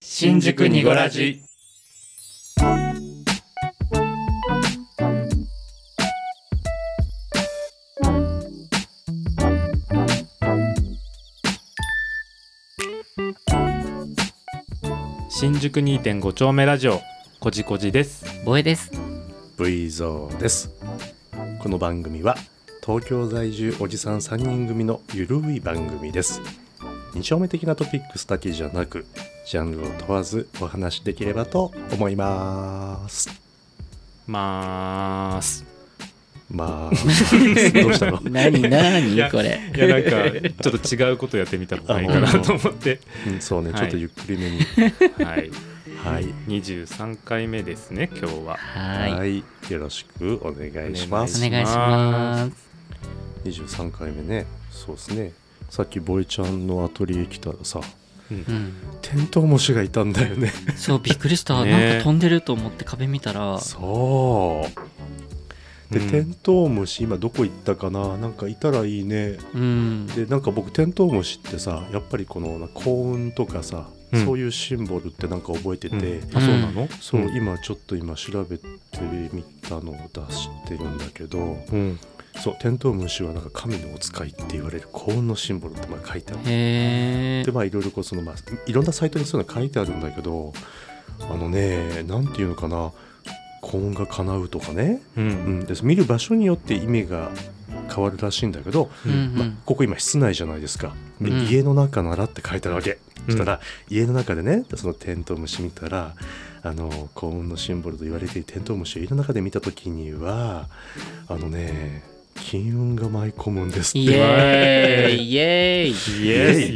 新宿にごラジ新宿2.5丁目ラジオこじこじですボエです。 V ゾーですこの番組は東京在住おじさん3人組のゆるい番組です二丁目的なトピックスだけじゃなくジャンルを問わずお話しできればと思いますまーす まあどうしたのな になにいやこれ。いやなんかちょっと違うことやってみた方がいいかなと思ってうんそうねはいちょっとゆっくりめにはいはい23回目ですね今日ははーい。いよろしくお願いしまおすい願いします。 23回目ねそうですねさっきボイちゃんのアトリエ来たらさうん。テントウムシがいたんだよねそう、びっくりした。ねなんか飛んでると思って壁見たら、そうで、うんテントウムシ今どこ行ったかななんかいたらいいねうん。でなんか僕テントウムシってさやっぱりこの幸運とかさ、うんそういうシンボルってなんか覚えてて、あそうなのそう、うん今ちょっと今調べてみたのを出してるんだけどうんそうテントウムシはなんか神のお使いって言われる幸運のシンボルってまあ書いてあるへえで。まあいろいろこうそのまあいろんなサイトにそういうの書いてあるんだけどあのねなんていうのかな幸運が叶うとかねうんうん、です見る場所によって意味が変わるらしいんだけど、うんまあここ今室内じゃないですか、でうん家の中ならって書いてあるわけ、うんしたら家の中でねそのテントウムシ見たらあの幸運のシンボルと言われているテントウムシを家の中で見た時にはあのね金運が舞い込むんですってうん。イエーイイエーイイ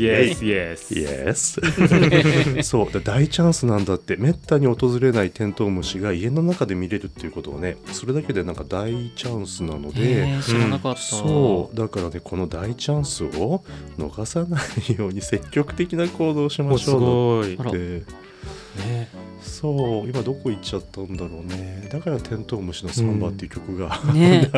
エスイエスイエスイエス そうで大チャンスなんだってめったに訪れないテントウムシが家の中で見れるっていうことはねそれだけでなんか大チャンスなので、へー知らなかった。そうだからねこの大チャンスを逃さないように積極的な行動をしまおしすょごいうだうってねそう今どこ行っちゃったんだろうねだから「テントウムシのサンバ」っていう曲が、ね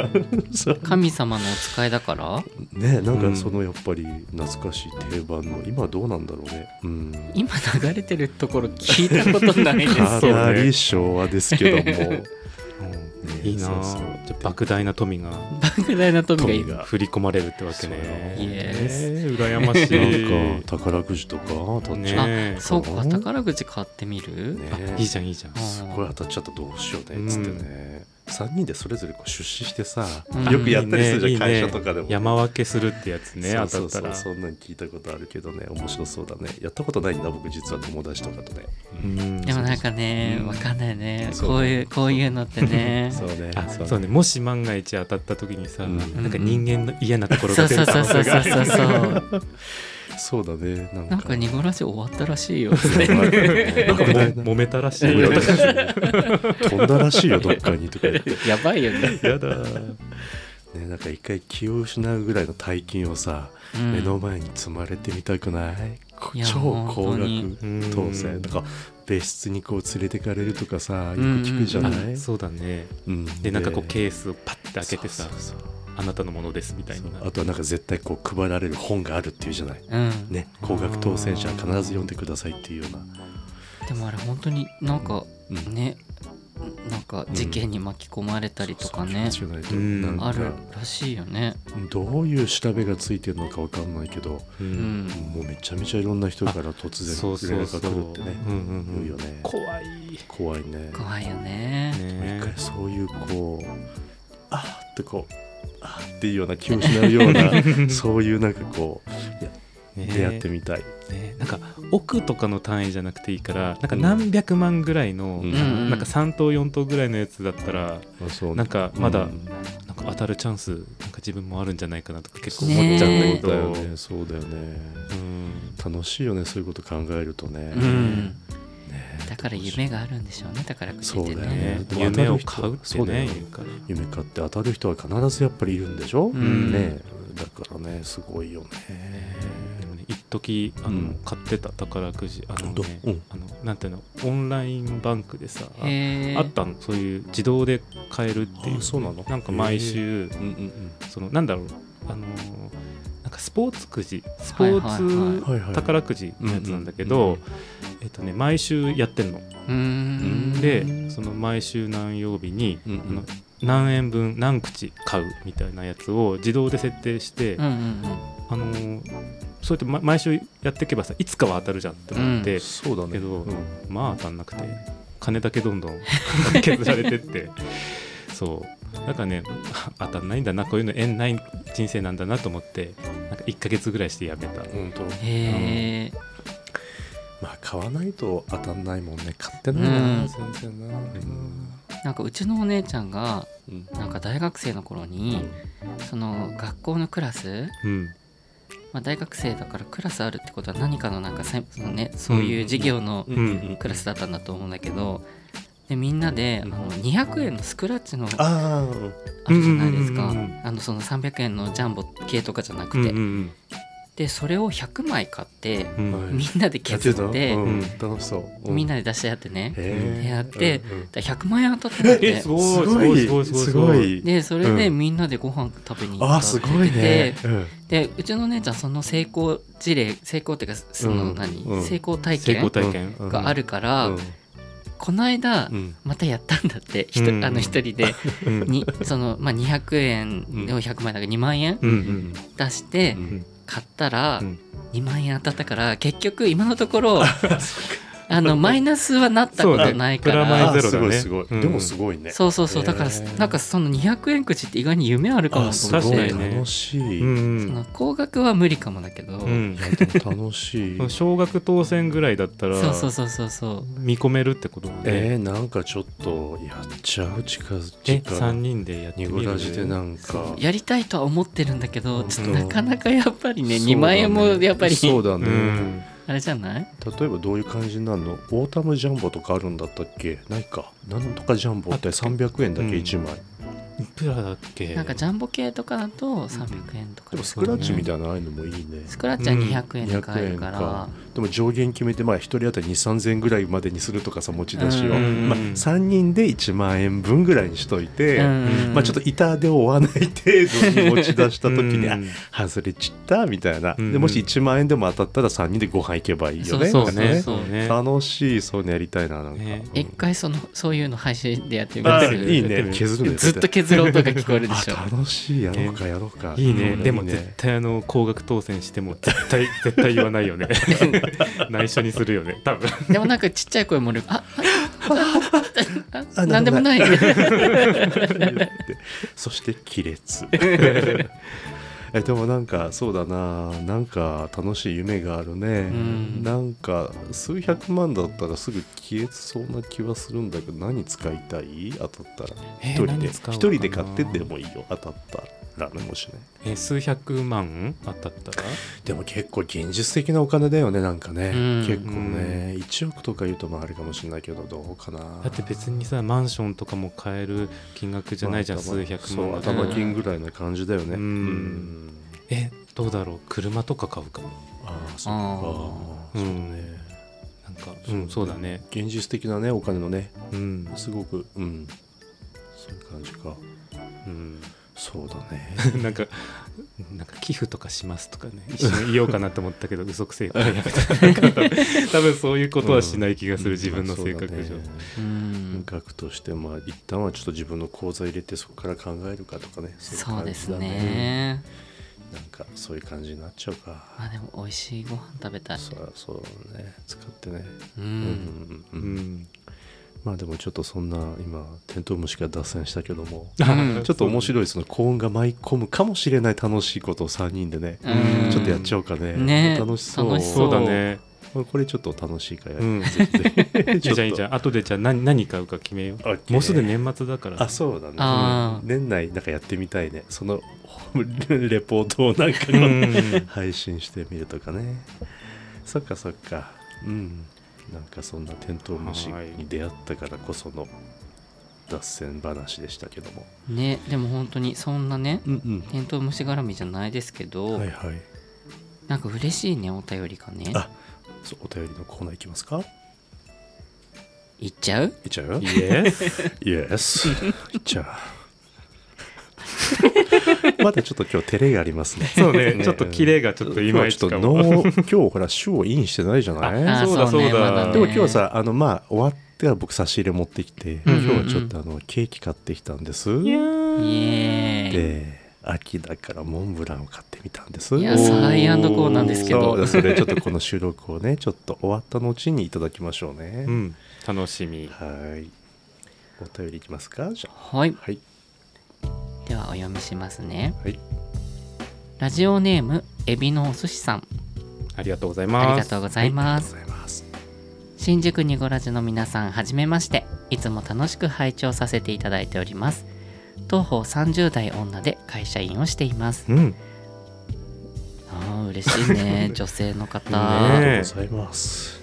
そう神様のお使いだからねなうんかんそのやっぱり懐かしい定番の今どうなんだろうねうん今流れてるところ聞いたことない です。かそうねなり昭和ですけども、 うんいいなそうあそうじゃあ莫大な富が莫大な富がい富る。が振り込まれるってわけねそうイエスねえ羨ましなんいか宝くじとか当たっちゃう、ねえそうか、宝くじ買ってみるねいいじゃんいいじゃんすごい当たっちゃったどうしようねっつってね、3人でそれぞれこう出資してさ、うんよくやったりするじゃんいいね会社とかでも山分けするってやつねそ当うそたうったらそうそんなん聞いたことあるけどね面白そうだねやったことないんだ僕実は友達とかとね、うんでもなんかね、うんわかんないね。そうこういう、こういうのって ね。そうねあそうねもし万が一当たった時にさ、うんなんか人間の嫌なところそがう出そうる可そう能そう性そうがそうそう。そうだねなんかなんか濁らし終わったらしいよ。 なんかなんか もも揉めたらしういよ飛んだらし いよどっかにとか言ってやばいよね。やだねなんか一回気を失うぐらいの大金をさ、うん目の前に積まれてみたくないこいや超高本当額に当う選んなんか別室にこう連れてかれるとかさようくん聞くじゃない、あそうだねうんでなんかこうケースをパッて開けてさそうそうそうあなたのものですみたいそうなあとはなんか絶対こう配られる本があるっていうじゃないうん。ね高額当選者は必ず読んでくださいっていうような、でもあれ本当になんかうんね、なんか事件に巻き込まれたりとかね、そうそう気をつけうんないとなんかあるらしいよね。どういう調べがついてるのかわかんないけどううんん。もうめちゃめちゃいろんな人から突そうそ然連う絡そうが来るってねうんうんうん言うよね怖い怖いね怖いよね。一ね回そういうこうあーってこうあーっていうような気を失うような そういうなんかこうね出会ってみたい、ねなんか億とかの単位じゃなくていいからなんか何百万ぐらいの、うんうんなんか3等4等ぐらいのやつだったらあそうなんかまだうんなんか当たるチャンスなんか自分もあるんじゃないかなとか結構思っちゃうんだけそうだど、よねそうだよねうん楽しいよねそういうこと考えるとね、うん。んだから夢があるんでしょうね、宝くじってそうだよねね。でも当た夢をる人買うってそうだねよね言うから夢買って当たる人は必ずやっぱりいるんでしょ、んねだからねすごいよねでもね一時あの、うん買ってた宝くじあの、どねうんあのなんていうのオンラインバンクでさあへーあったのそういう自動で買えるっていうあそうなのなんか毎週うんうんそのなんだろうあのーなんかスポーツくじスポはいはいはいーはいはツい宝くじのやつなんだけど、えっとね毎週やってるの。うーんでその毎週何曜日にうんうんあの何円分何口買うみたいなやつを自動で設定して、うんうんあのーそうやってま毎週やっていけばさいつかは当たるじゃんって思って、そうだねけどうんまあ当たんなくて金だけどんどん 削られてってそうなんかね あ当たんないんだなこういうの縁ない人生なんだなと思ってなんか1ヶ月ぐらいしてやめた本当うんへえまあ買わないと当たんないもんね買ってないな、うん全然な、うんなんかうちのお姉ちゃんがうんなんか大学生の頃にその学校のクラス、うんまあ、大学生だからクラスあるってことは何かのなんかせその、ね、そういう授業のんうんクラスだったんだと思うんだけどでみんなであうんの200円のスクラッチのあああうんるじゃないですうかんうんうんうんあのその300円のジャンボ系とかじゃなくうんて、うんでそれを100枚買ってうんはいみんなでや削たって、うん、楽しそう、うみんなで出し合ってね、へでやってうんうんだから100万円当たったんえですごいすごいすごいすごいすごいでそれでうんみんなでご飯食べに行あっーたすってご言いってねて、うんでうちの姉ちゃんその成功事例成功っていうかその何、うんうん成功体成功験体験うんがあるから、うんこの間うんまたやったんだって、ひとうんあの一人でうんにその、まあ、200円うんを100枚だから2万円うんううんん出してうん買ったらうん2万円当たったから結局今のところあのマイナスはなったことないかそうねプラマイゼらロだねあすごいすごうい、んでもすごいねそうそうそうだからへーなんかその200円口って意外に夢あるかもあとす思っごて確いかにね楽しうい、んその高額は無理かもだけど、うんなんか楽しい小学当選ぐらいだったらそうそうそうそうそう見込めるってこともねえー、なんかちょっとやっちゃう近え々三人でやってみ濁るらじでなんかやりたいとは思ってるんだけど本当ちょっとなかなかやっぱりね2万円もやっぱりそうだうね、んあれじゃない例えばどういう感じになるのオータムジャンボとかあるんだったっけないかなんとかジャンボって300円だけうん1枚、いくらだっけなんかジャンボ系とかだと300円とかでもススクラッチみたいなのああいうのもいいねクラッチは200円で買えるか、200円からでも上限決めてまあ1人当たり2 3 0 0円ぐらいまでにするとかさ持ち出しを、うんまあ、3人で1万円分ぐらいにしといて、うんまあ、ちょっと板で追わない程度に持ち出した時に、うんあ外れちったみたいな、うんでもし1万円でも当たったら3人でご飯行けばいいよねそうそうなんかねねそうね楽しいそういうのやりたいななんか、ねうん一回そのそういうの配信でやってみあますーいいやってみねる削るね ずっと削る音が聞こえるであしょ楽しいやろうかやろうか、いいね、うんでもい い絶対あの高額当選しても絶対 絶対言わないよ ね内緒にするよね多分 でもなんかちっちゃい声もるああああなんでもない そして亀裂えでもなんかそうだななんか楽しい夢があるね、んなんか数百万だったらすぐ消えそうな気はするんだけど何使いたい当たったらえー一人で何一使おうか人なで買ってでもいいよ当たったらねもしねえ数百万当たったらでも結構現実的なお金だよねなんかね、うん結構ね、1億とか言うとまああれかもしれないけどどうかなだって別にさマンションとかも買える金額じゃないじゃんまあ数百万だそうと頭金ぐらいな感じだよねうんえどうだろう車とか買うかもああそうあかーそうねなんかうんそうだね現実的なねお金のねうんすごくうんそういう感じかうんそうだねなんか、なんか寄付とかしますとかね、一緒に言おうかなと思ったけど、嘘くせえからやめた。なんか多分そういうことはしない 気がする、自分の性格上。そうだねうん額としてまあ一旦はちょっと自分の口座入れてそこから考えるかとかねいそう感でじすだねなんかそういう感じになっちゃうかまあでも美味しいご飯食べたいそうそうね使ってねううんんううんうんん。まあでもちょっとそんな今テントウムシが脱線したけどもうんちょっと面白いその高音が舞い込むかもしれない楽しいことを3人でね、うんちょっとやっちゃおうかね。ね楽しそう。楽しそうだね。まあこれちょっと楽しいからやうる。ん。ぜひぜひじゃあじゃあいいじゃん。後でじゃあ何何買うか決めよオッケう。ーもうすぐ年末だからあ、。そうだね。あー年内なんかやってみたいね。そのレポートをなんかうこんう配信してみるとかね。そっかそっか。うん。なんかそんなテントウムシに出会ったからこその脱線話でしたけども。ねでも本当にそんなねうんテントウムシ絡みじゃないですけうど、ん。はいはい。なんか嬉しいねお便りがねあそうお便りのコーナーいきますかいっちゃういっちゃう イエス。 Yes. じゃあ。まだちょっと今日照れがありますね。そうねちょっとキレがちょっといまいち今日かはちもょっと脳、今日ほら、週をインしてないじゃないあそうだそうねそうだまだねでも今日はさ、あの、まあ、終わってから僕差し入れ持ってきて、うんうん今日はちょっとあの、ケーキ買ってきたんです。イエーイで、秋だからモンブランを買ってみたんです。いやおーサイアンドコーなんですけどそうだそれちょっとこの収録をね、ちょっと終わった後にいただきましょうね。うん楽しみはい。お便りいきますかじゃあはいはい。ではお読みしますねはい。ラジオネームエビのお寿司さんありがとうございありまがすとうございあまりがすとうございます。新宿ニゴラジの皆さんはじめましていつも楽しく拝聴させていただいております当方30代女で会社員をしていますうん。あー嬉しい ね女性のあ方、りねがとうございます。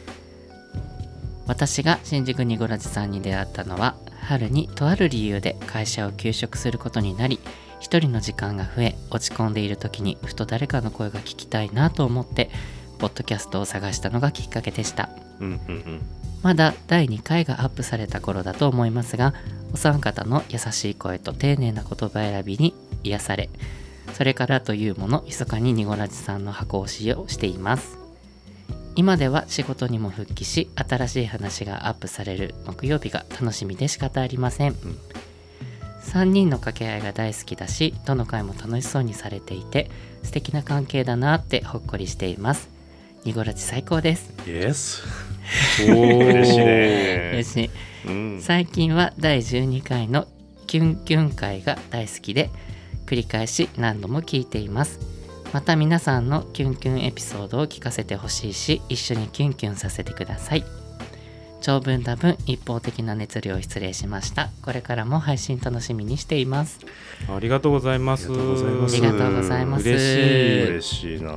私が新宿ニゴラジさんに出会ったのは春にとある理由で会社を休職することになり一人の時間が増え落ち込んでいる時にふと誰かの声が聞きたいなと思ってポッドキャストを探したのがきっかけでしたうんうんうん。まだ第2回がアップされた頃だと思いますがお三方の優しい声と丁寧な言葉選びに癒されそれからというもの密かにニゴラジさんの箱推しをしています今では仕事にも復帰し新しい話がアップされる木曜日が楽しみで仕方ありません、3人の掛け合いが大好きだしどの回も楽しそうにされていて素敵な関係だなってほっこりしていますニゴラジ最高ですイ エス。おー嬉しいね。嬉しいうん。最近は第12回のキュンキュン回が大好きで繰り返し何度も聞いていますまた皆さんのキュンキュンエピソードを聞かせてほしいし一緒にキュンキュンさせてください長文多文一方的な熱量失礼しましたこれからも配信楽しみにしていますありがとうございますありがとうございまあすりがとうございます嬉しい嬉しいなあ。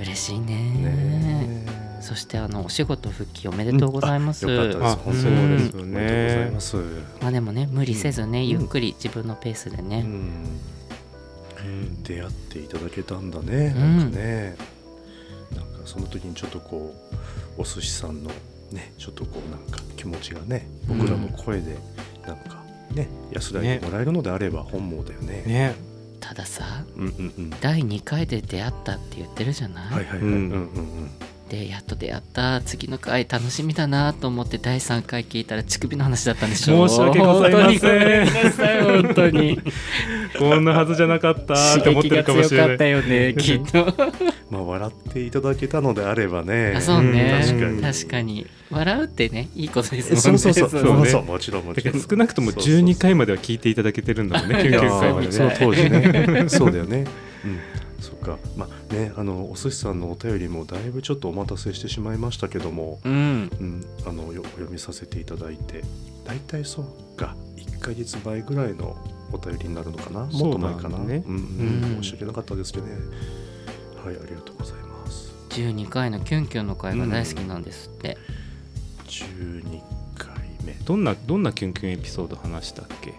嬉しいねねえそしてあのお仕事復帰おめでとうございます、よかったです。あ本当そうにですよねおめでとうございます。まあでもね無理せずね、ゆっくり自分のペースでうね、んうん出会っていただけたんだね。うんなんかね。なんかその時にちょっとこうお寿司さんのねちょっとこうなんか気持ちがね僕らの声でなんかね安らいでもらえるのであれば本望だよね。ねたださうんうんうん。第2回で出会ったって言ってるじゃない、はいはいはい。ううんんうんうん。でやっと出会った次の回楽しみだなと思って第3回聞いたら乳首の話だったんでしょ申し訳ございません本当にごめんこなさい本当にんなはずじゃなかったって思って刺激るがかも強しれなかいったよ ねきっとまあ笑っていただけたのであればね。あそうね、うん確確かかにに笑うってねいいことですもんねそうそうそう、そうねそうもちろんもだちかろらん。少なくとも12回までは聞いていただけてるんだもんね、い9やー回までそのね。当時ね そうだよね、うん、そっかまあねあのお寿司さんのお便りもだいぶちょっとお待たせしてしまいましたけども、うんうん、あのよお読みさせていただいて大体そうか1ヶ月前ぐらいのお便りになるのかなもっと前かそうななんだねうんううんん、申し訳なかったですけどねはいありがとうございます12回のキュンキュンの回が大好きなんですって、 12回目どんなどんなキュンキュンエピソード話したっけ、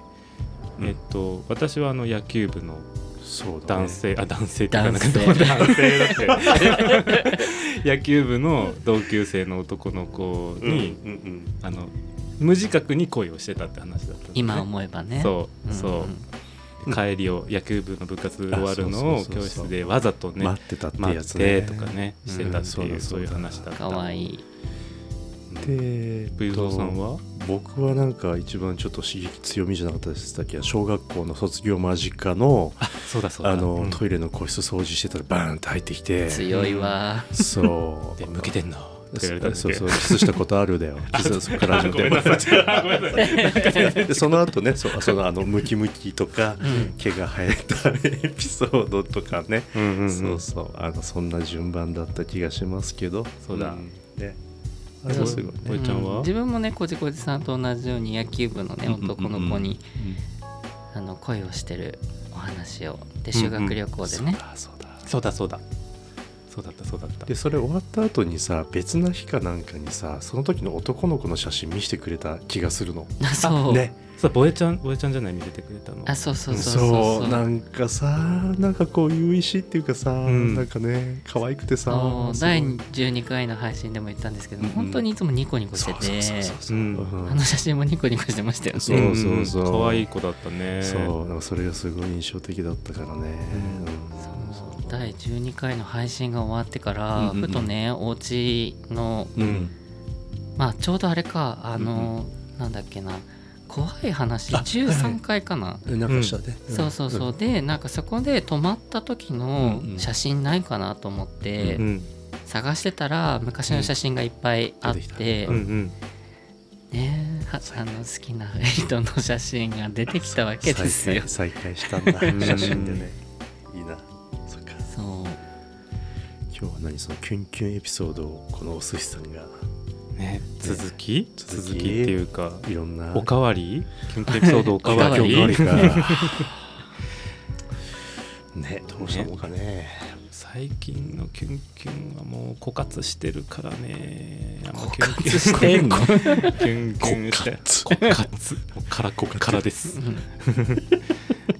うんえっと私はあの野球部のそうだね男性、あ男性っていうかなんか男性男性だって野球部の同級生の男の子うんに、うんうんあの無自覚に恋をしてたって話だったんだよね今思えばねそう、んそううん帰りを野球部の部活終わるのあをそうそう教そうそう室でわざとね待ってたって待やっつねてとかねしてたっていう、うんそういう話だったかわいいでブゾーさんは僕はなんか一番ちょっと刺激強みじゃなかったでしたっけ小学校の卒業間近のそうだそうだあの、うんトイレの個室掃除してたらバーンって入ってきて強いわ、そうで向けてんなって言われたんだっそけうそうキスしたことあ るだよキスはそこから始めてさい。ごめんなさい。でその後ねそうそのあのムキムキとか、ん毛が生えたエピソードとかね、うんうんうんそうそうあのそんな順番だった気がしますけどそうだんねあれはすごいおねいちゃんはう自分もねこじこじさんと同じように野球部のねうんうんうん男の子にあの恋をしてるお話をで修学旅行でね、そうだそうだそうだそうだ。そうだったそうだったでそれ終わった後にさ別な日かなんかにさその時の男の子の写真見せてくれた気がするのあ そうねそうボエちゃんボエちゃんじゃない見せてくれたのあそうそうそうそうそうそうなんかさなんかこう優しいっていうかさ、んなんかね可愛くてさそうすごい第12回の配信でも言ったんですけど、うんうん本当にいつもニコニコしててそうそうそうそう、うんうんあの写真もニコニコしてましたよねそうそうそうんんん可愛い子だったねそうなんかそれがすごい印象的だったからね、うんそう第12回の配信が終わってから、うんうんうふんとねお家のうんまあちょうどあれかあの、なんだっけな怖い話13回かな、えなんかしたね、んそうそうそう、でなんかそこで泊まった時のうんうん写真ないかなと思って、うん探してたら昔の写真がいっぱいあっうん出て、うんうんねはあの好きな人の写真が出てきたわけですよ。再開再開したんんだ写真でねいいなそっかそう今日は何そのキュンキュンエピソードをこのお寿司さんがね続き続き続きっていうかいろんなおかわりキュンキュンエピソードおかわりおかわりかねどうしたもんかね最近のキュンキュンはもう枯渇してるからねあんま枯キュンキ渇ュンしてるキュンキュンして枯渇枯渇もうからこからです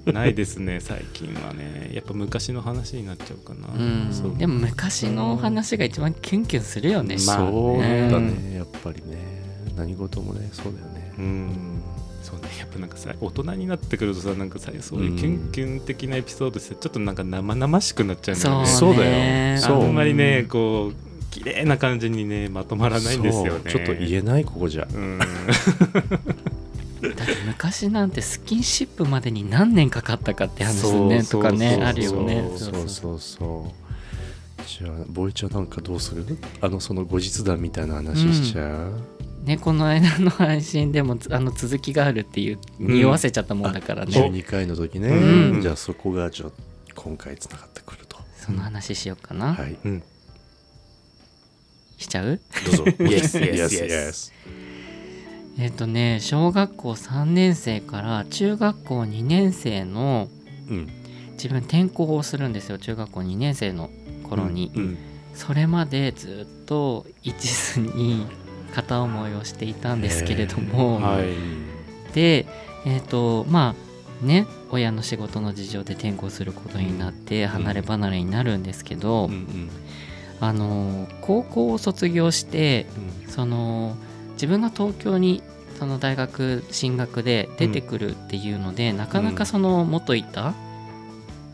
うんないですね最近はねやっぱ昔の話になっちゃうかな、うんそうでも昔のお話が一番キュンキュンするよね。まあそうだね、うやっぱりね何事もねそうだよねうんそうねやっぱなんかさ大人になってくるとさなんかさそういうキュンキュン的なエピソードしてちょっとなんか生々しくなっちゃうんだよねそうねねあんまりねうんこう綺麗な感じにねまとまらないんですよねそうちょっと言えないここじゃうんだって昔なんてスキンシップまでに何年かかったかって話ねとそうそうそうそうかねそうあるよね。そうそうそうそうじゃあボイちゃんなんかどうするあのその後日談みたいな話しちゃう、ねこの間の配信でもあの続きがあるっていううん匂わせちゃったもんだからね、 12回の時ね、うんじゃあそこがちょっと今回つながってくるとその話しようかな、はい うんしちゃう どうぞ Yes, yes, yes えっ、とね小学校3年生から中学校2年生のうん自分転校をするんですよ中学校2年生の頃に、うんそれまでずっと一途に片思いをしていたんですけれども、へーはいでえっ、とまあね親の仕事の事情で転校することになって離れ離れになるんですけど、うんうんあの高校を卒業してその自分が東京にその大学進学で出てくるっていうので、なかなかその元いた、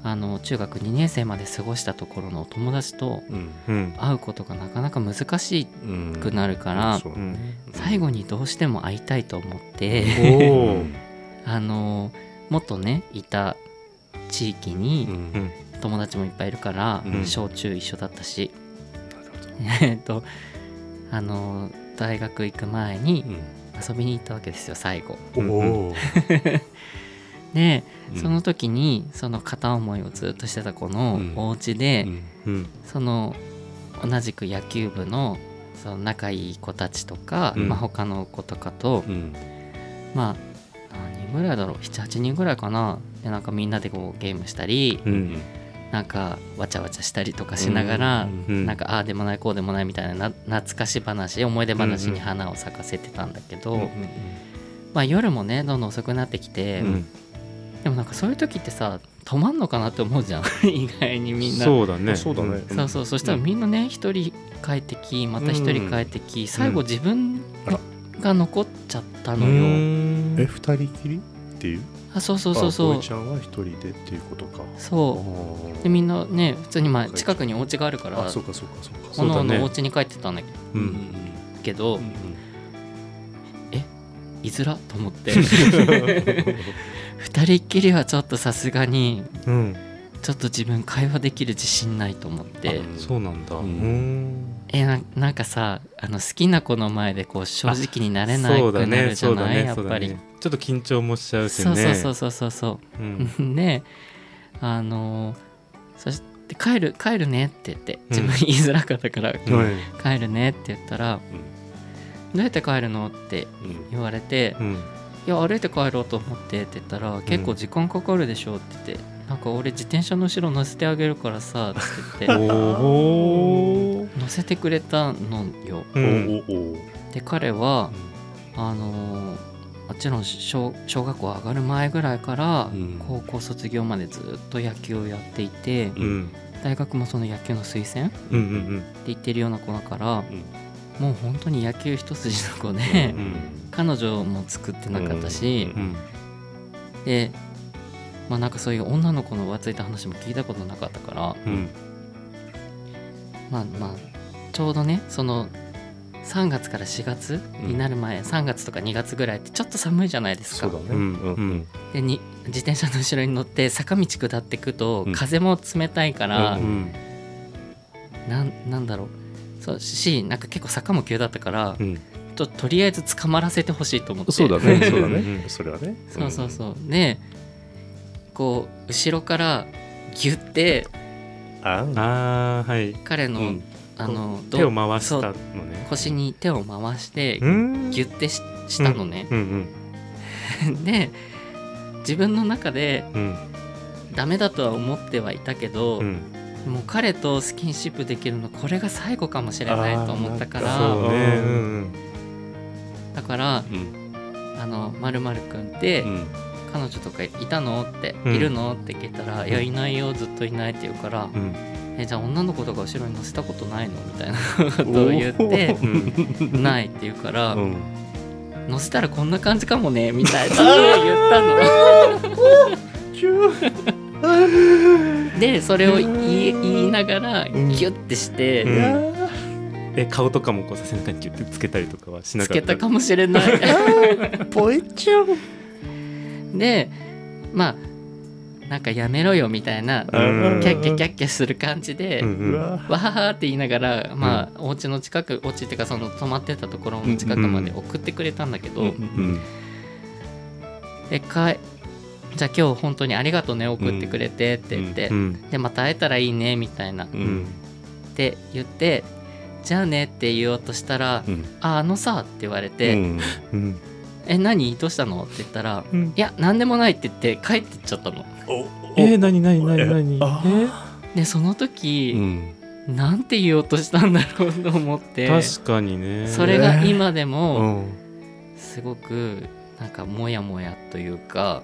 あの中学2年生まで過ごしたところのお友達とうんうん会うことがなかなか難しうんくなるから、そううん最後にどうしても会いたいと思って、おおあの元ねいた地域うんうにんうん友達もいっぱいいるから、うん小中一緒だったし、なるほど えっとあの大学行く前に遊びに行ったわけですよ最後うんおおでその時にその片思いをずっとしてた子のうんお家で、うんその同じく野球部のその仲いい子たちとか、うんまあ、他の子とかと、まあ何人ぐらいだろう78人ぐらいかなでなんかみんなでこうゲームしたりうんなんかわちゃわちゃしたりとかしながら、うんなんかああでもないこうでもないみたいなな懐かし話思い出話に花を咲かせてたんだけど、まあ、夜もねどんどん遅くなってきて、うんでもなんかそういう時ってさ止まんのかなって思うじゃん 意外にみんなそうだねそうだねそうそうそしたらみんなね一人帰ってきまた一人帰ってき、最後自分あらが残っちゃったのうよ、んえ二人きりっていうあそうそうそうそあボうイちゃんは一人でっていうことかそおうーでみんなね普通にまあ近くにお家があるからあそうかそうかそうか各々そうだねのお家に帰ってたんだううんんけど、うんいずらと思って 二人っきりはちょっとさすがにうんちょっと自分会話できる自信ないと思ってあそうなんだううんんえななんかさあの好きな子の前でこう正直になれなそうくだなねるじゃそうだない、ねやっそうぱだりねちょっと緊張もしちゃうしそうねそうそうそうそうそううん であのそして帰る帰るねって言って自分うん言いづらかったから、うんはい帰るねって言ったら、どうやって帰るのってうん言われて、うんいや歩いて帰ろうと思ってって言ったら結構時間かかるでしょうって言って、なんか俺自転車の後ろ乗せてあげるからさ」って言ってお お、乗せてくれたのようん、おおおで彼はあのーもちろん小小学校上がる前ぐらいからうん高校卒業までずっと野球をやっていてうんうん大学もその野球の推薦ってうんうん言ってるような子だからんもう本当に野球一筋の子でうん 彼女も作ってなかったしうんでまあなんかそういう女の子の浮ついた話も聞いたことなかったからうんまあまあちょうどねその3月から4月になる前、3月とか2月ぐらいってちょっと寒いじゃないですそかうだねうんうんうんでに自転車の後ろに乗って坂道下ってくとうん風も冷たいから、うんなんなんだろうそうしなんか結構坂も急だったから、うんととりあえず捕まらせてほしいと思ってそうだねそうだうんねうんそれはねそうそうそうでこう後ろからギュってうんあーああはい彼の、うんあのどう手を回しそたうのね腰に手を回してうんギュってししたのね、うんで自分の中でうんうんダメだとは思ってはいたけど、うんもう彼とスキンシップできるのこれが最後かもしれないと思ったかあーらそうねうんだからうん「あのまるくんってうん彼女とかいたの?」って「うんいるの?」って聞いたら「いやいないよずっといない」って言うからうん「えじゃあ女の子とか後ろに乗せたことないの?」みたいな ことを 言ってうんうん「ない」って言うからうん「乗せたらこんな感じかもね」みたいなことを言ったの。でそれを言い言いながらギんュッてして。うんえ顔とかもこう背中にギュッてつけたりとかはしなつかったけたかもしれない ポイちゃんでまあなんかやめろよみたいなキうんャッキャキャッキャする感じで、うんうんうわわははって言いながら、まあお家の近くお家っていうかその泊まってたところの近くまで送ってくれたんだけど、うんでかいじゃあ今日本当にありがとうね送ってくれてって言って、うんでまた会えたらいいねみたいなっうんて言って、じゃあねって言おうとしたら、うんああのさって言われて、うんうんえ何どうしたのって言ったら、うんいや何でもないって言って帰ってっちゃったの。おえー、なになになになにあでそのお時、んなんて言おうとしたんだろうと思って確かにねそれが今でうもんすごくなんかモヤモヤというか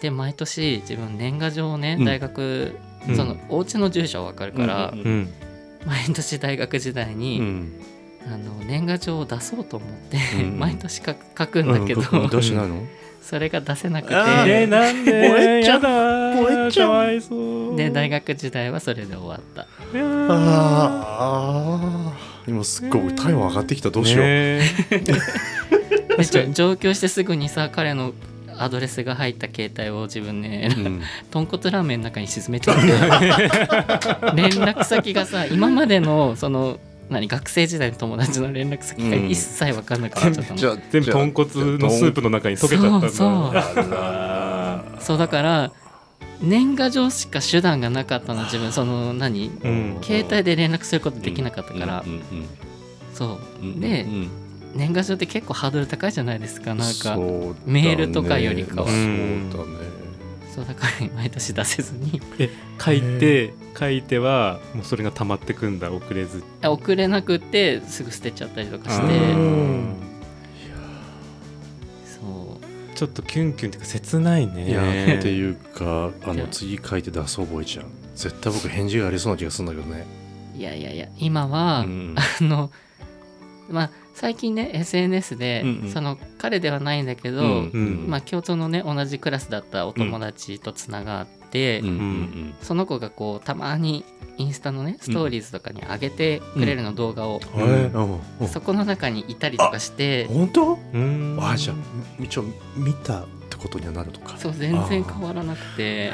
で毎年自分年賀状をねうん大学、うんそのお家の住所わかるから、うんうん毎年大学時代うに、んあの年賀状を出そうと思って、う ん毎年書く書くんだけど、うんどうしないの それが出せなくあえー、てなんで燃えちゃうやだー燃えちゃうかわいそうで大学時代はそれで終わ ったいやーああ今すっごい体温上がってきたどうしよう、ねでちょ上京してすぐにさ彼のアドレスが入った携帯を自分ねうん豚骨ラーメンの中に沈めちゃって連絡先がさ今までのその何学生時代の友達の連絡先が一切分かんなくなっちゃったの、じゃあ全部豚骨のスープの中に溶けちゃったんだそうそうあらそうだから年賀状しか手段がなかったの自分その何うん携帯で連絡することできなかったから、うんうんそうんううんでうん年賀状って結構ハードル高いじゃないですかなんかそうだねメールとかよりかはまあそうだねそうだから毎年出せずにえ書いて書いてはもうそれが溜まってくんだ遅れず送れなくてすぐ捨てちゃったりとかしあてーそうちょっとキュンキュンっていうか切ないねいやっていうかあの次書いて出そうボイちゃん絶対僕返事がありそうな気がするんだけどねいやいやいや今は、うんあのまあ最近ね SNS で、うんうんその彼ではないんだけど、うんうんまあ、共通のね同じクラスだったお友達とつながって、うんうんその子がこうたまにインスタのねストーリーズとかに上げてくれるの、動画を、うんうんえーうんうんそこの中にいたりとかして本当うんあじゃあ一応見たってことにはなるとかそう全然変わらなくて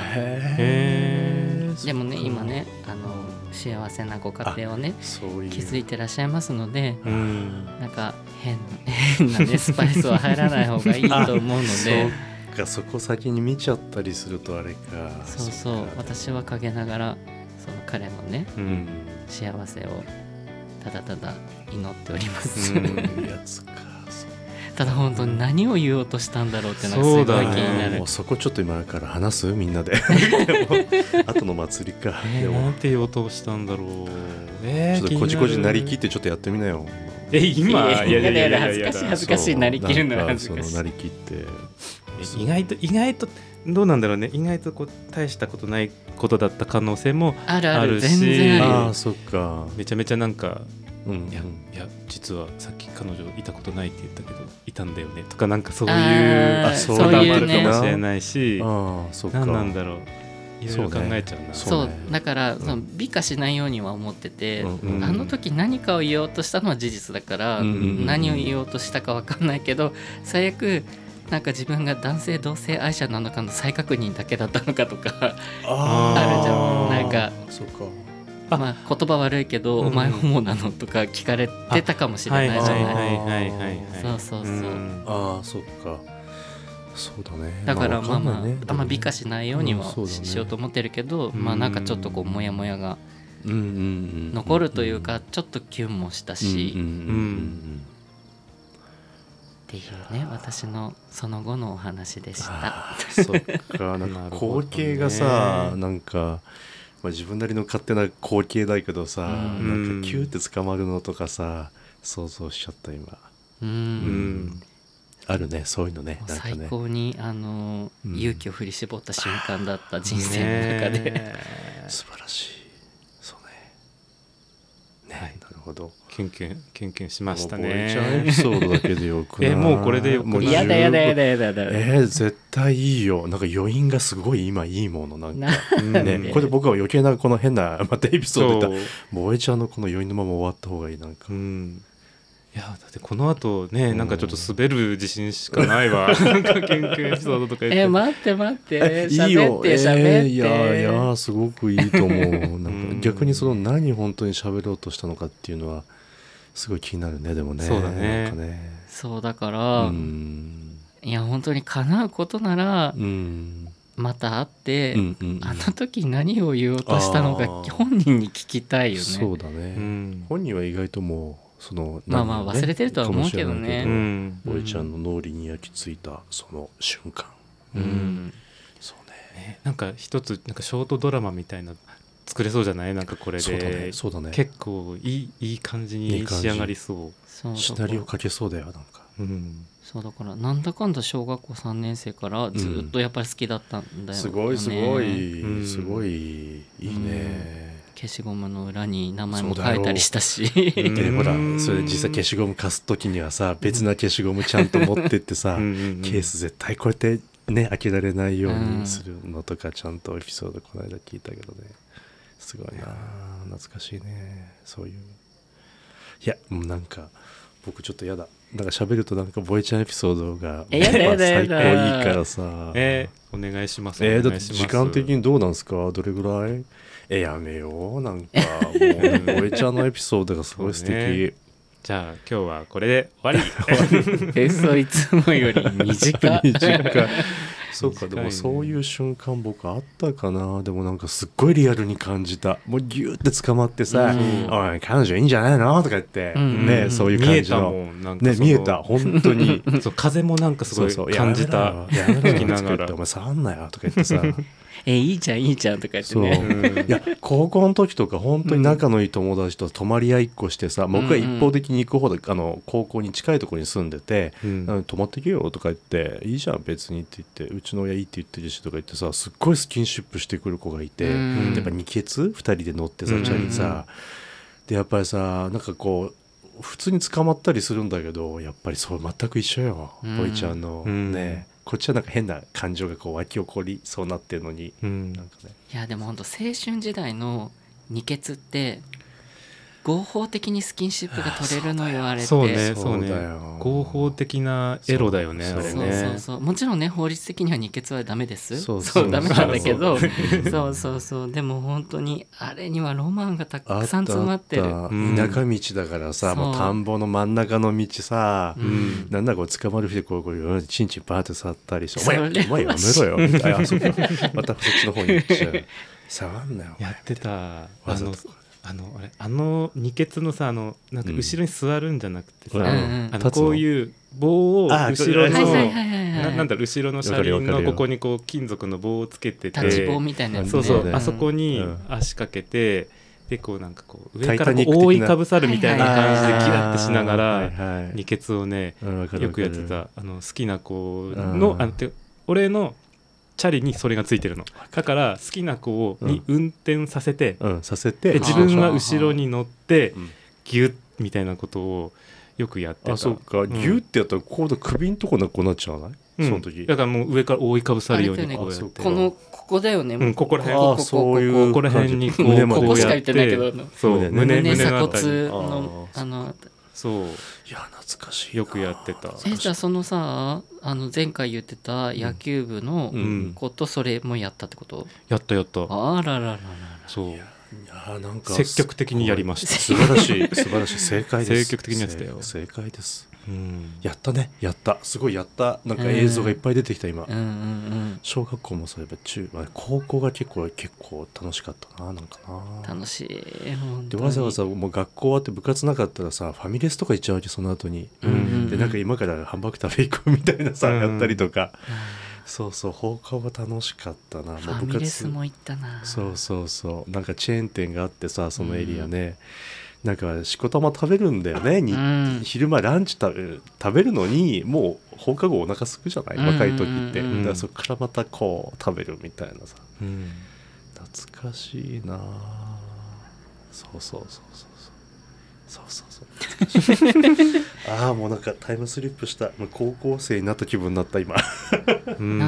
へえでもね今ねあの幸せなご家庭をねそういう気づいてらっしゃいますのでうんなんか変 変なねスパイスは入らない方がいいと思うので。そうかそこ先に見ちゃったりするとあれかそうそうっか私は陰ながらその彼のねう うんん幸せをただただ祈っております、うんいいやつかそうただ本当に何を言おうとしたんだろうってのがすごそいう気だねになるもうそこちょっと今から話すみ んなで後の祭りか、えでー、なもんて言おうとしたんだろうえー、ちょっとこじこじなりきっってちょっとやってみなよえ今いやいやいやいや恥ずかしい恥ずかしいそうなりきるのは恥ずかしいんそのなりきって意外と意外とどうなんだろうね意外とこう大したことないことだった可能性もあるああるるし全然ああるあそっかめちゃめちゃなんかうんいやいや実はさっき彼女いたことないって言ったけどいたんだよねとかなんかそういうあパーあタそーうンもあいうるかねもしれないし、ああそっか何なんだろういろいろ考そうねえちゃうなそうそうねだからんその美化しないようには思ってて、うんうんうんあの時何かを言おうとしたのは事実だから、うんうんうん何を言おうとしたか分かんないけど最悪なんか自分が男性同性愛者なのかの再確認だけだったのかとかああるじーゃんなんかそっかあまあ、言葉悪いけど、うんお前ホモなのとか聞かれてたかもしれないじゃない、はいはいはいはいはいそうそうそうんああそっかそうだねだからまあまあ、わかんないねあんま美化しないようにはうんそうだねししようと思ってるけど、んまあなんかちょっとこうモヤモヤがうんうんうん残るというか、ちょっとキュンもしたうんうんし、うんっうんていうね私のその後のお話でした。あーそっかなんなかるほどね光景がさなんか、まあ、自分なりの勝手な光景だけどさ、うんなんかキューって捕まるのとかさ想像しちゃった今うんうんあるねそういうのねもうなんか最ね高にあの、うん勇気を振り絞った瞬間だった人生の中で、ねえ素晴らしいそうねね、なるほどキュンキュンキュンキュンしましたもうボイちゃんエねピソードだけでよくないえもうこれでよくない もう十分やだやだやだやだやだ、えー絶対いいよなんか余韻がすごい今いいものなんかなうんね、これで僕は余計なこの変なまたエピソード出たそう萌えちゃんのこの余韻のまま終わった方がいいなんか、うんいやだってこの後ねうんなんかちょっと滑る自信しかない わなんか研究エピソードとか言ってえ待って待っていい喋よって喋って、えーいやいやすごくいいと 思うなんうかん逆にその何本当に喋ろうとしたのかっていうのはすごい気になるねでもねそうだねなんかねそうだかうら、んいや本当に叶うことならうんまた会って、うんうんあの時何を言おうとしたのかあー本人に聞きたいよねそうだね、うん本人は意外ともうそのまあまあ何をね忘れてるとは思うけどねかもしれないうけん萌えちゃんの脳裏に焼き付いたその瞬間ううんんそうねねなんか一つなんかショートドラマみたいな作れそうじゃないなんかこれそうだねでそうだね結構いいいい感じいいに感仕じ上がりそそうシだかナリらオ書けそうだよなんかううんそうだからなんだかんだ小学校3年生からずっとやっぱり好きだったんだよ、ねすごいすごういんすごいいいね、消しゴムの裏に名前もそうだ書よいたりしたしうんでほらうんそれで実際消しゴム貸す時にはさ別な消しゴムちゃんと持ってってさ、うんうんうんケース絶対こうやってね開けられないようにするのとかちゃんとエピソードこの間聞いたけどねすごいな懐かしいねそういういやもうなんか僕ちょっとやだなんか喋るとなんかボイちゃんエピソードがえやだやだやだやっぱ 最高いいからさえーお願いしますえーおだっ願ていします時間的にどうなんですかどれぐらいえやめようなん かもう萌えちゃんのエピソードがすごい素敵、そう ね じゃあ今日はこれで終わり えそういつもより短い 短いそう短かいねでもそういう瞬間僕あったかなでもなんかすっごいリアルに感じたもうギューって捕まってうさ「んおい彼女いいんじゃないの?」とか言って、うんねそういう感見えじのたもんなんかねその見えた本当に そう風もなんかすごそうそうい感じたやめろよ聞きやめろよながとか言ってらお前触んなよ」とか言ってさ えいいじゃんいいじゃんとか言ってそう、ねうんいや高校の時とか本当に仲のいい友達と泊まり合いっこしてさ、僕は一方的に行く方であの高校に近いところに住んでて、うんあの泊まってけよとか言っていいじゃん別にって言ってうちの親いいって言ってるしとか言ってさすっごいスキンシップしてくる子がいて、うんやっぱ二ケツ2人で乗ってさうんチャリさ、でやっぱりさなんかこう普通に捕まったりするんだけどやっぱりそう全く一緒よ、うんボイちゃんの、うんねこっちはなんか変な感情がこう湧き起こりそうなってるのに、うんなんかねいやでも本当青春時代の二血って合法的にスキンシップが取れるのよあれってそうねそそううだよね合法的なエロだよねそあうれそうそうねそうもちろんね法律的には二血はダメですそそううそうダメなんだけどそそうう そうそうでも本当にあれにはロマンがたあくさん詰まってるあったうん田舎道だからさ、そうもう田んぼの真ん中の道さ、うんうんなんだこう捕まる人でこうこうチンチンバーって触ったりして「お前それはお前やめろよ」みた いなあそうかまたそっちの方に行っちゃう触んなよやってたあわざのとかあのあれあの二血のさあのなんか後ろに座るんじゃなくてさ、うんうんうんあ立のつのこういう棒をあー後ろはいはいのはいななんだろう後ろの車輪わかるわかのるよここにこう金属の棒をつけてて立ち棒みたいなやつねそうそう、ねあそこにうん足かけて、でこうなんかこうタ上イかタらこニック的なう覆いかぶさるみたいな感じでキラッてしながはいらはい二血をねうんわかるよわかくるやってたあの好きな子のうんあのて俺のチャリにそれがついてるのだから好きな子をに運転させて、うん、させでて自分は後ろに乗ってうんギュッみたいなことをよくやってたあそうか、んギュってやったら今度首んとこなくなっちゃわない、うんその時だからもう上から覆いかぶさるようあにれだこようやねっあてこそのここだよねうんここら辺ああそういうここら辺にこう胸までこうやここしか言ってないけどそう胸胸ね胸胸の鎖あたり骨のあーあのそういや懐かしいなよくやってたえじゃあそのさあの前回言ってた野球部のうん子とそれもやったってこと、やったやったあらららららそういやーなんか積極的にやりました素晴らしい素晴らしい正解です積極的にやってたよ正正解ですうんやったねやったすごいやったなんか映像がいっぱい出てきた今、うんうん小学校もそういえば中まあ高校が結構結構楽しかったななんかうんな楽しい本で当にわざわざもう学校終わって部活なかったらさファミレスとか行っちゃうわけその後に、うんうんでなんか今からハンバーグ食べ行こうみたいなさ、うんやったりとかそうそう放課後楽しかったなファミレスも行ったなそうそうそうなんかチェーン店があってさそのエリアね、なんかしこたま食べるんだよね、に うん昼間ランチ食べ食べるのにもう放課後お腹すくじゃないうんうんうん若い時って、うんだからそこからまたこう食べるみたいなさうん懐かしいなあそうそうそうそうそうそうそうそうああもうなんかタイムスリップしたもう高校生になった気分になった今、うん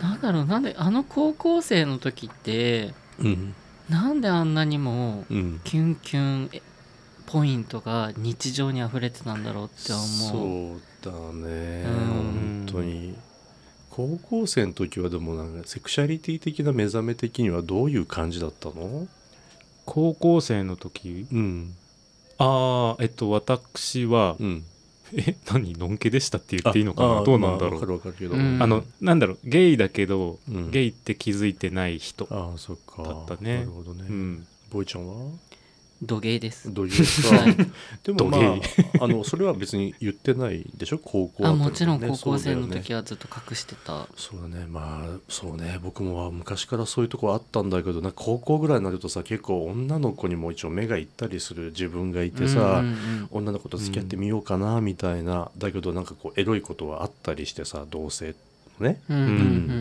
なんだろうなんであの高校生の時ってうんなんであんなにもうん、キュンキュンポイントが日常に溢れてたんだろうって思うそうだね、うん本当に高校生の時はでもなんかセクシャリティ的な目覚め的にはどういう感じだったの高校生の時うんああえっと私はうんえ何のんけでしたって言っていいのかなあどうなんだまあわろかうるわかるけど、うんあのなんだろうゲイだけどうんゲイって気づいてない人ああそっかだったねなるほどね、うんボイちゃんは土下ですどういうかはいでもまどげいああのそれは別に言ってないでしょ高校だあったらねもちろん高校生のそうだよね時はずっと隠してたそうだねまあそうね僕もは昔からそういうとこあったんだけどなんか高校ぐらいになるとさ結構女の子にも一応目が行ったりする自分がいてさ、うんうん女の子と付き合ってみようかなみたいな、だけどなんかこうエロいことはあったりしてさ同性のねうんうんう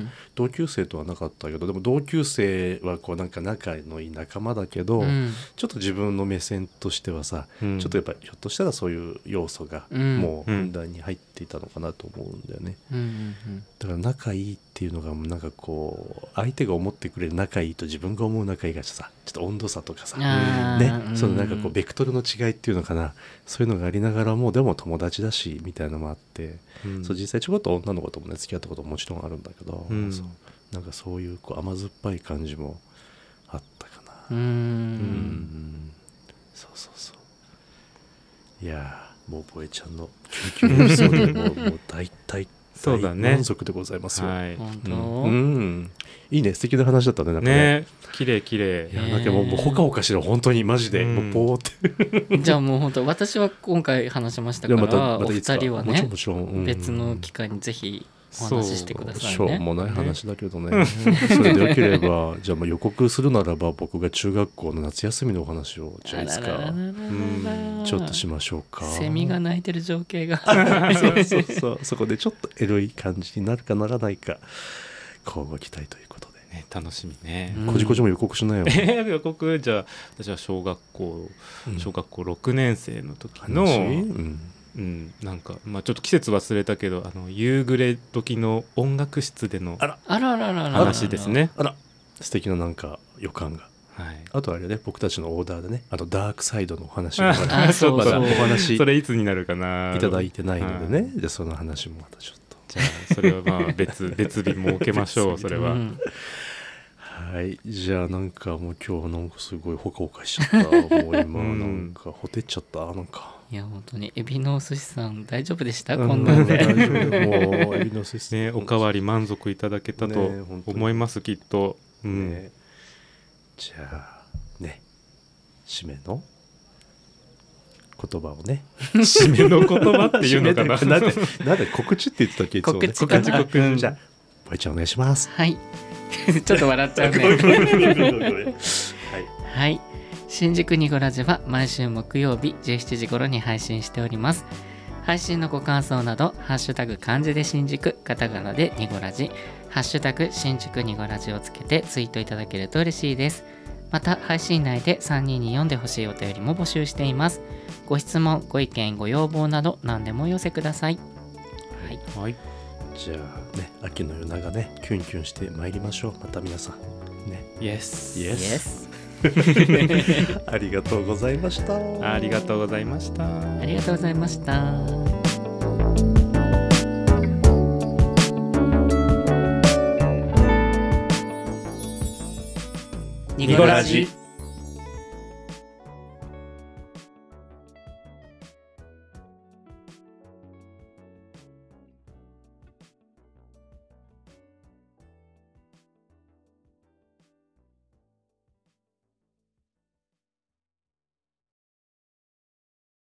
ん同級生とはなかったけどでも同級生はこうなんか仲のいい仲間だけど、うんちょっと自分の目線としてはさ、うんちょっとやっぱひょっとしたらそういう要素がうんもううん本題に入っていたのかなと思うんだよね。うんうんだから仲いいっていうのがなんかこう相手が思ってくれる仲いいと自分が思う仲いいがさちょっと温度差とかさうんあねー、そのなんかこううんベクトルの違いっていうのかなそういうのがありながらもでも友達だしみたいなのもあって、うんそう実際ちょこっと女の子ともね付き合ったことももちろんあるんだけど、うんそうなんかそういうこう甘酸っぱい感じもあったかうな、んうんそうそうそういやーもうボエちゃんの救急エピソードももう大体そうだね大満足でございますよ、はい本う当んいいね素敵な話だったねなんかねね綺麗綺麗いやなんかもうもうほかほかしろ本当にマジで、うんもうポーってじゃあもう本当私は今回話しましたいかやらまたまおたい二つか人はもちろねんもちろんうん別の機会にぜひお話ししてくださいしょうねもない話だけどねそれでよければじゃあまあ予告するならば僕が中学校の夏休みのお話をじゃあいつあらららかららららちょっとしましょうかセミが鳴いてる情景がそう そうそうそこでちょっとエロい感じになるかならないか交互期待ということでね楽しみね うんこじこじも予告しないよえー予告じゃあ私は小学校うん小学校6年生の時話の、うんうん、なんか、まあ、ちょっと季節忘れたけどあの夕暮れ時の音楽室でのああららららら話ですね。あら素敵ななんか予感がはい、あとあれね僕たちのオーダーでねあとダークサイドのお話もまだ あそうまそだおう話いそれいつになるかなただいてないのではねじゃあその話もまたちょっとじゃあそれはまあ 別別日設けましょうそれは、うんはいじゃあなんかもう今日はなんかすごいほかほかしちゃったもう今うんなんかほてっちゃったなんかいや本当にエビのお寿司さん大丈夫でしたうんこんなん大で丈夫もうエビのせすね、おかわり満足いただけたとね本当に思います、きっと、 うんねじゃあね締めの言葉をね締めの言葉っていうのかな締めてんで なんで告知って言ってたっけいつもね、告知かな告知うんじゃあぽいちゃんお願い しますはいちょっと笑っちゃうごねめんごめんごめんごめんごめんはいはい新宿ニゴラジは毎週木曜日17時頃に配信しております配信のご感想など「ハッシュタグ漢字で新宿」カタカナでニゴラジ「ハッシュタグ新宿ニゴラジ」をつけてツイートいただけると嬉しいですまた配信内で3人に読んでほしいお便りも募集していますご質問ご意見ご要望など何でもお寄せくださいはい はい、じゃあね秋の夜長ねキュンキュンしてまいりましょうまた皆さんね Yes Yes Yes ありがとうございましたありがとうございましたありがとうございましたニニコラジ